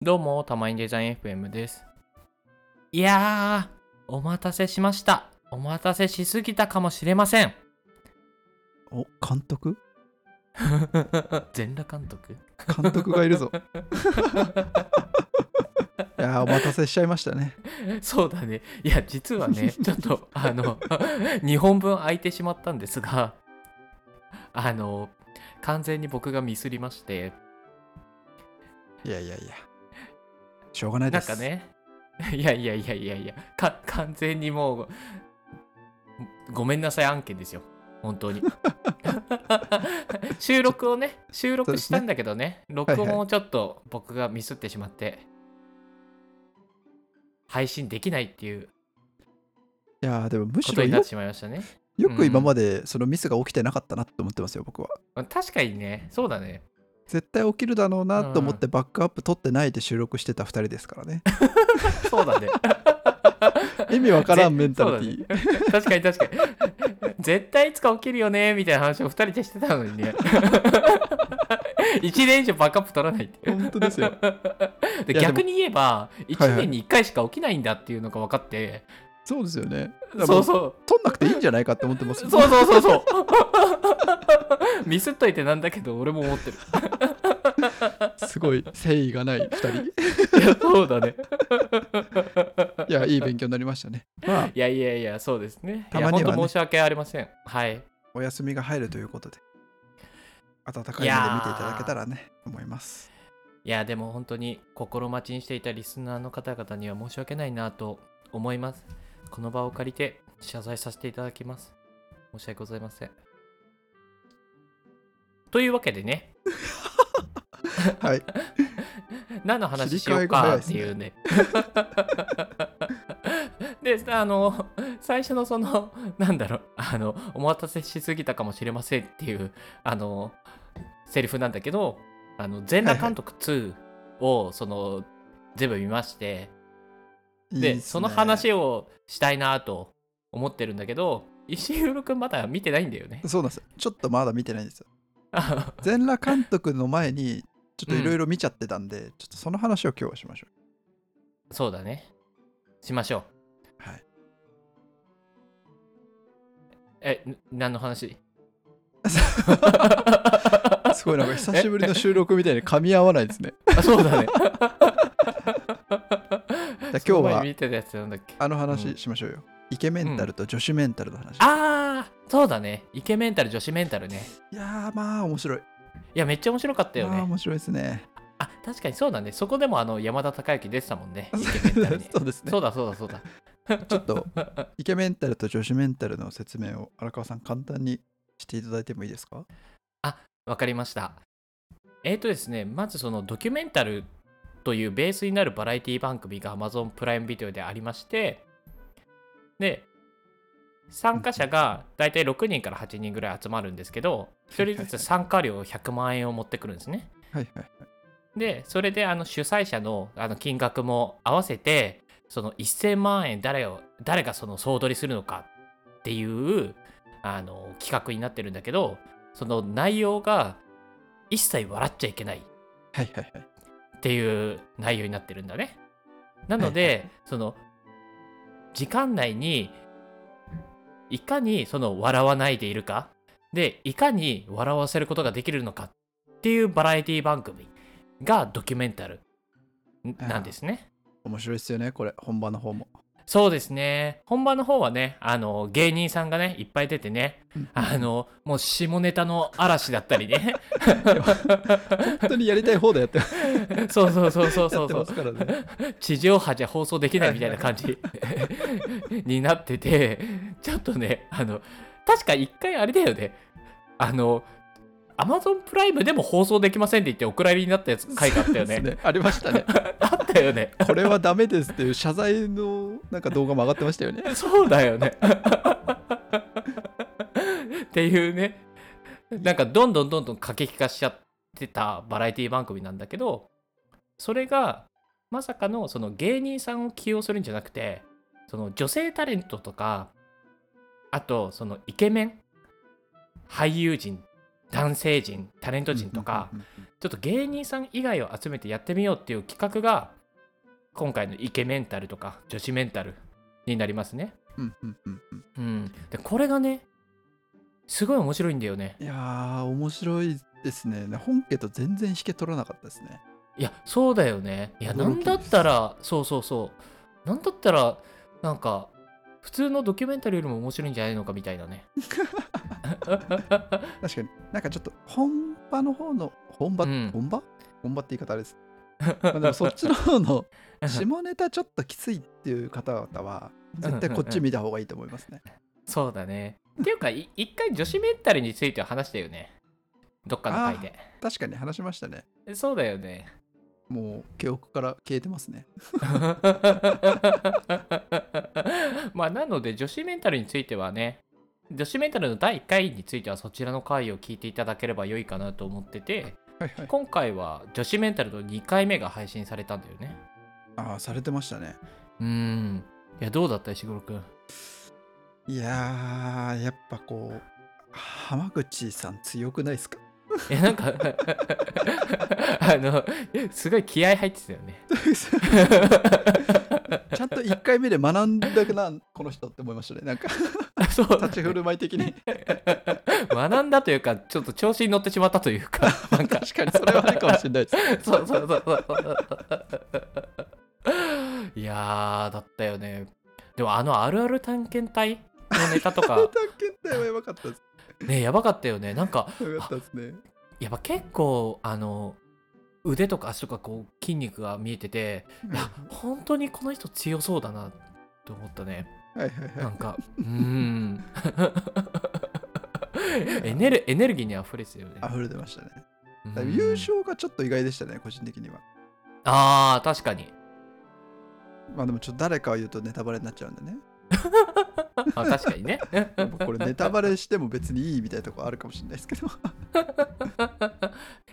どうも、たまにデザイン FM です。いやー、お待たせしました。お待たせしすぎたかもしれません。 お監督全裸監督 監督がいるぞいやーお待たせしちゃいましたねそうだね。いや、実はね、ちょっと、あの、2本分空いてしまったんですが、あの、完全に僕がミスりまして、いやいやいやしょうがないなでんすかね、 いやいやいやいやいや、か完全にもう、ごめんなさい案件ですよ。本当に。収録をね、収録したんだけどね、録はい音はをちょっと僕がミスってしまって、配信できないっていういやーでもむこしとろになっよてしまいましたね。よく今までそのミスが起きてなかったなって思ってますよ僕はまあ確かにね、そうだね。絶対起きるだろうなと思ってバックアップ取ってないで収録してた2人ですからねそうだね。 意味わからんメンタリティ、そうだね確かに確かに。絶対いつか起きるよね、みたいな話を2人でしてたのにね。1年以上バックアップ取らないっていう。本当ですよでいやでも逆に言えば、はい1年に1回しか起きないんだっていうのが分かって、そうですよね そうそう、取んなくていいんじゃないかって思ってますそようそうそうそう。 ミスっといてなんだけど、俺も思ってる。 すごい誠意がない2人いいや、そうだね。やいい勉強になりましたねまあいやいやいや、そうですね。たまにはいねや、本当申し訳ありません。はい。お休みが入るということで温かい目で見ていただけたらね思います いや、でも本当に心待ちにしていたリスナーの方々には申し訳ないなと思います。この場を借りて謝罪させていただきます。申し訳ございません。というわけでね、はい何の話しようかっていうね。 であの最初のそのなんだろうあのお待たせしすぎたかもしれませんっていうあのセリフなんだけどあの全裸監督2をその全部見ましていいっですねその話をしたいなと思ってるんだけど石黒くんまだ見てないんだよね。 そうなんですよちょっとまだ見てないんですよ全裸監督の前にちょっといろいろ見ちゃってたんで、ちょっとその話を今日はしましょうそうだねしましょう。 はいえな何の話すごいなんか久しぶりの収録みたいに噛み合わないですねあそう だね。今日 そはの前に見てたやつなんだっけあのうん話しましょうよ、イケメンタルと女子メンタルの話、あーそうだね。イケメンタル、女子メンタルね。いやーまあ面白い、いや、めっちゃ面白かったよまあね。面白いですね。あ、確かにそうだね。そこでもあの山田孝之出てたもん ね。イケメンタルに そうですねそうだそうだそうだ。ちょっとイケメンタルと女子メンタルの説明を荒川さん簡単にしていただいてもいいですかわかりました。えーとですね、まずそのドキュメンタルというベースになるバラエティ番組が Amazon プライムビデオでありまして、で、参加者がだいたい6人から8人ぐらい集まるんですけど、1人ずつ参加料100万円を持ってくるんですね。はいはいで、それであの主催者のあの金額も合わせて、その1000万円誰を誰がその総取りするのかっていうあの企画になってるんだけど、その内容が一切笑っちゃいけないっはいはいはいていう内容になってるんだね。なので、はいはその時間内にいかにその笑わないでいるかでいかに笑わせることができるのかっていうバラエティ番組がドキュメンタルんあーなんですね。面白いですよねこれ本場の方もそうですね本場の方はねあの芸人さんがねいっぱい出てねあのもう下ネタの嵐だったり ね本当にやりたい方でやって そうそうそうそうそやっうてそうますからね地上波じゃ放送できないみたいな感 じになっててちょっとねあの確か一回あれだよねあの Amazon プライムでも放送できませんって言ってお蔵入りになったやつ回があったよねそうですありましたねあったよねこれはダメですっていう謝罪のなんか動画も上がってましたよ ねそうだよねっていうねなんかどんどんどんどん過激化しちゃってたバラエティ番組なんだけどそれがまさかのその芸人さんを起用するんじゃなくてその女性タレントとかあとそのイケメン俳優陣男性陣タレント陣とかうんうんうんうんちょっと芸人さん以外を集めてやってみようっていう企画が今回のイケメンタルとか女子メンタルになりますね。うんうんうんうんうん、でこれがねすごい面白いんだよね。いやー面白いですね本家と全然引け取らなかったですねいやそうだよね。いやな驚んきですだったらそうそうそうなんだったらなんか普通のドキュメンタリーよりも面白いんじゃないのかみたいなね。 確かになんかちょっと本場の方の本場、うん本場本場って言い方 あれです、 まあでもそっちの方の下ネタちょっときついっていう方々は絶対こっち見た方がいいと思いますねそうだね。っていうかい一回女子メンタルについては話したよね。どっかの回で。確かに話しましたねそうだよね。もう記憶から消えてますね まあなので女子メンタルについてはね女子メンタルの第1回についてはそちらの回を聞いていただければ良いかなと思っててはいはい今回は女子メンタルの2回目が配信されたんだよねああされてましたねうーんいやどうだった石黒 くんいやーやっぱこう浜口さん強くないですか いやなんか あのすごい気合入ってたよねちゃんと1回目で学んだくな、この人って思いましたね。 なんか、そう立ち振る舞い的に。学んだというかちょっと調子に乗ってしまったというかなんか確かに、それはあるかもしれないです。そうそうそうそうそう。いやー、だったよね。でもあのあるある探検隊のネタとか探、検隊はやばかったです。ね、やばかったよね。なんか、やばかったですね。やっぱ結構、あの、腕とか足とかこう筋肉が見えてて、いや、本当にこの人強そうだなと思ったね。はいはいなはいんか、うーん。エネルエネルギーにあふれてたよね。。溢れてましたね。うん優勝がちょっと意外でしたね、個人的には。あー、確かに。まあでも、ちょっと誰かを言うとネタバレになっちゃうんでね。あ確かにね。やっぱこれ、ネタバレしても別にいいみたいなとこあるかもしれないです けど。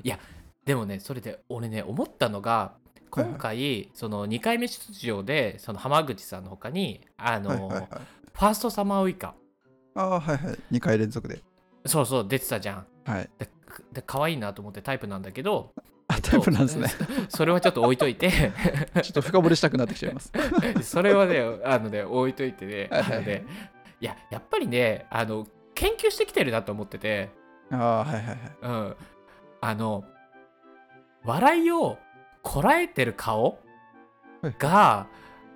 いやでもねそれで俺ね思ったのがはいはい今回その2回目出場でその浜口さんの他にあの、はいはいはフい。ァーストサマーウイカああ、はいはい。2回連続で。そうそう出てたじゃんはい。でくで可愛いなと思ってタイプなんだけどあ、タイプなんですね。 それはちょっと置いといて ちょっと深掘りしたくなってきちゃいます。それはねあのね置いといてねはいあはいのねいややっぱりねあの研究してきてるなと思っててああ、はいはいはい。うんあの笑いをこらえてる顔はいが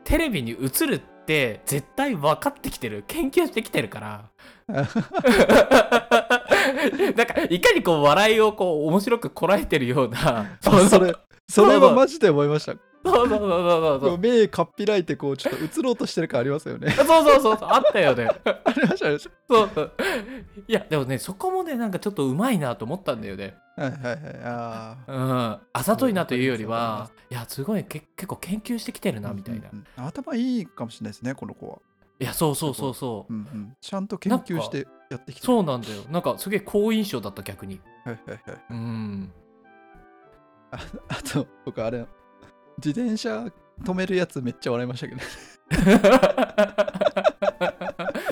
テレビに映るって絶対分かってきてる研究してきてるから なんかいかにこう笑いをこう面白くこらえてるようなそあうそそうれ、それはマジで思いました。そうそうそうそうそう。目かっぴらいてこうちょっと映ろうとしてる感ありますよね そうそうそうそうあったよねありましたありましそうそういやでもねそこもねなんかちょっとうまいなと思ったんだよねた。はいはいはい。ああ。うん、あざといなというよりわはか、いや、すごいけ結構研究してきてるなみたいな。うんうん頭いいかもしれないですね、この子は。いや、そうそうそうそうう。んうん、ちゃんと研究してやってきてる。そうなんだよ。なんかすげえ好印象だった逆 に。はいはいはい。うん。あと、僕あれ、自転車止めるやつめっちゃ笑いましたけど。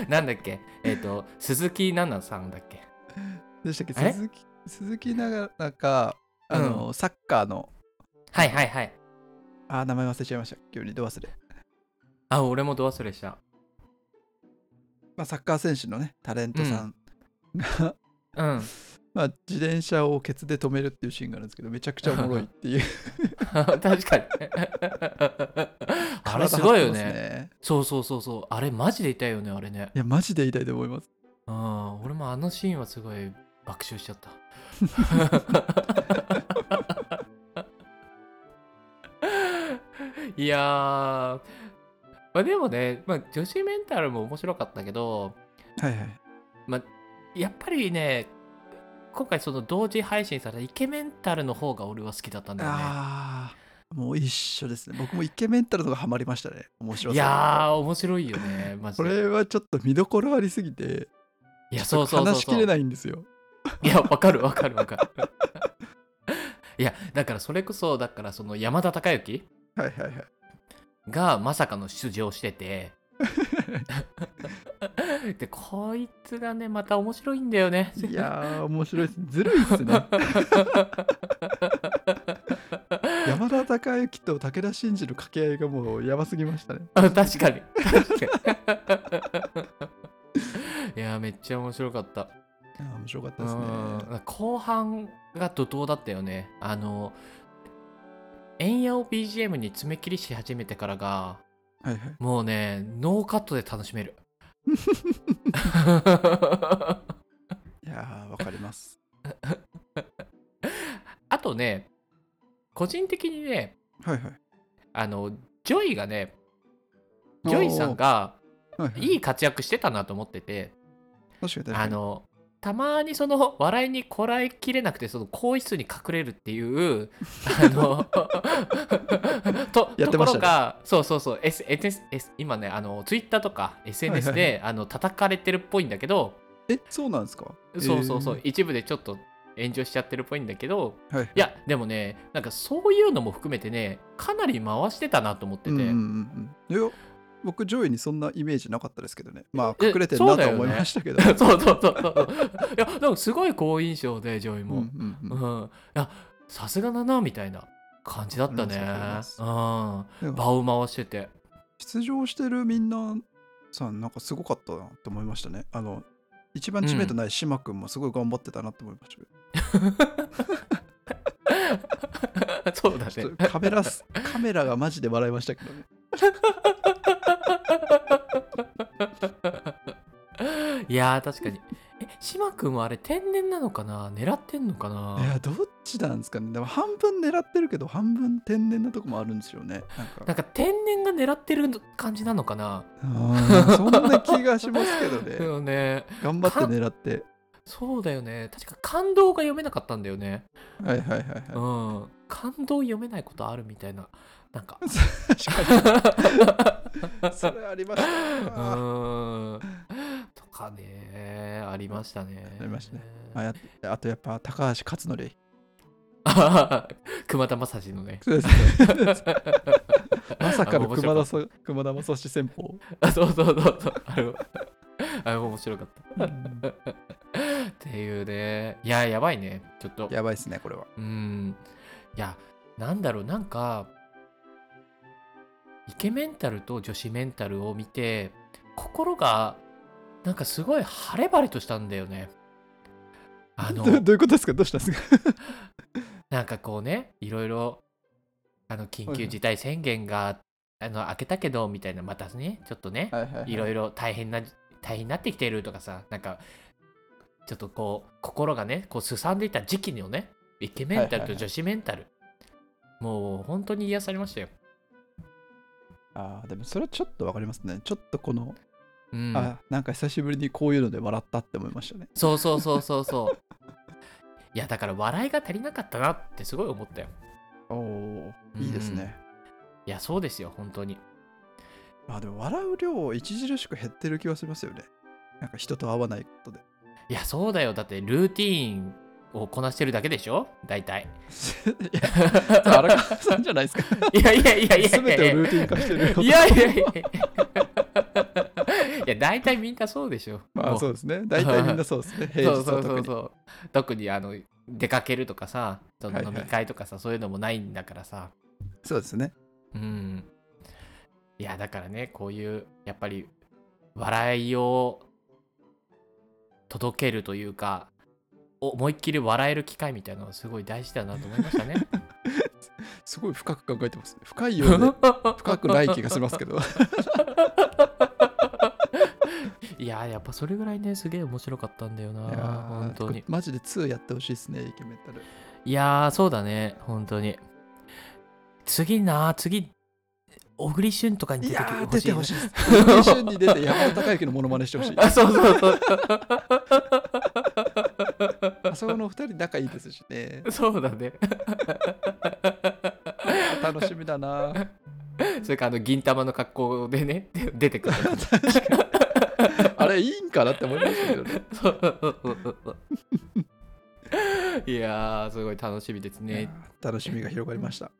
なんだっけえっ、と、鈴木奈々さんだっけでしたっけあれ鈴木、鈴木ながなんか、あの、うサッカーの、はいはいはい。あー、名前忘れちゃいました。急にど忘れ。あ、俺もど忘れした。まあ、サッカー選手のね、タレントさんが、うん。 まあ、自転車をケツで止めるっていうシーンがあるんですけど、めちゃくちゃおもろいっていう。確か に。 あれすごいよね体張ってますね。そうそうそうそう。あれマジで痛いよね、あれねい。や、マジで痛いと思います。うん、俺もあのシーンはすごい爆笑しちゃった。 いやー、まあ、でもね、まあ、女子メンタルも面白かったけど、はいはい。やっぱりね、今回その同時配信されたイケメンタルの方が俺は好きだったんだよね。ああ、もう一緒ですね。僕もイケメンタルとかハマりましたね。面白そういやー、面白いよね、マジこで。れはちょっと見どころありすぎて、いや、そうそうそうそう。話しきれないんですよ。いや、わかるわかるわかる。 いや、だからそれこそ、だからその山田孝之はいはいはい。 がまさかの出場しててでこいつがねまた面白いんだよね いやー面白いですずるいっす ね山田孝之と武田真治の掛け合いがもうやばすぎましたねあ確かに確かにいやめっちゃ面白かったいやー面白かったですねうん後半が怒涛だったよねあの円矢を BGM に爪切りし始めてからがはいはいもうねノーカットで楽しめ るいやーわかりますあとね個人的にねはいはいあのジョイがねジョイさんがおーはいはいい活躍してたなと思ってて確かに確かあにのたまにその笑いにこらえきれなくてその更衣室に隠れるっていうあ のとやってとこましろたねがそうそうそう、S S S、今ねあのツイッターとか SNS で、はあの叩かれてるっぽいんだけどえそうなんですかそうそうそう、え一部でちょっと炎上しちゃってるっぽいんだけどーはいいやでもねなんかそういうのも含めてねかなり回してたなと思ってて、うんうんうんうんいや僕上位にそんなイメージなかったですけどねまあえ隠れてるそうなだとよね思いましたけど そうそうそうそういやでもすごい好印象でジョイうんも、うんうんうん、いやさすがだなみたいな感じだったね。ありがうとん、場でもを回してて。 出場してるみんなさんなんかすごかったなって思いましたねあの一番知名度ない島君もすごい頑張ってたなって思いましたけど、そうだちょっね。とカメラ すカメラがマジで笑いましたけどねいやー確かに。え、島君はあれ天然なのかな狙ってんのかないやどっちなんですかねでも半分狙ってるけど半分天然なとこもあるんですよねなんかなんか天然が狙ってる感じなのかなあーそんな気がしますけ どだねよね。頑張って狙ってそうだよね。確か感動が読めなかったんだよね。はいはいはいはいうん。感動読めないことあるみたいな。なん か。確かにそれありましたうねあーーんとかねありましたね。ありましたねあやってあとやっぱ高橋 克典熊田正史 のね。そうですねまさかの熊田そ熊田正史戦法あそうそうそうそう。あれもあれも面白かっうんた。っていうね。いややばいね。ちょっと。やばいですねこれはうーん。いやなんだろうなんかイケメンタルと女子メンタルを見て心がなんかすごい晴れ晴れとしたんだよね。あの どどういうことですかどうしたんですか なんかこうねいろいろあの緊はいは急い事態宣言が、あの明けたけどみたいなまたねちょっとね、はいはいろいろ大変な大変になってきてるとかさなんかちょっとこう心がねこうすさんでいた時期のねイケメンタルと女子メンタル、もう本当に癒されましたよ。あーでもそれはちょっとわかりますねちょっとこの、うん、あなんか久しぶりにこういうので笑ったって思いましたねそうそうそうそうそう。いやだから笑いが足りなかったなってすごい思ったよ。おおいいですね、いやそうですよ本当に。まあでも笑う量著しく減ってる気はしますよねなんか人と会わない ことでいやそうだよだってルーティーンをこなしてるだけでしょ大体いや荒川さんじゃないですかいやいやい やいや全てをルーティン化してるいやいやいやいやいや大体みんなそうでしょまもあうそうですね大体みんなそうです ね平日そはうそうそう特にそう特にあの出かけるとかさそのはいは飲いみ会とかさ、そういうのもないんだからさそうですねうんいやだからねこういうやっぱり笑いを届けるというか思いっきり笑える機会みたいなのはすごい大事だなと思いましたね。すごい深く考えてますね深いよう で深くない気がしますけどいやーやっぱそれぐらいねすげえ面白かったんだよないやー本当にマジで2やってほしいですねイケメンタルいやーそうだね本当に次な次小栗旬とかにい出てやきてーほ出しいてなほしいです 一緒に出て山田孝之のモノマネしてほしいあそうそうそう あそこのお二人仲いいですしねそうだね楽しみだなそれからあの銀玉の格好でねで出てくる あれいいんかなって思いましたけどね。そうそうそうそういやーすごい楽しみですね楽しみが広がりました。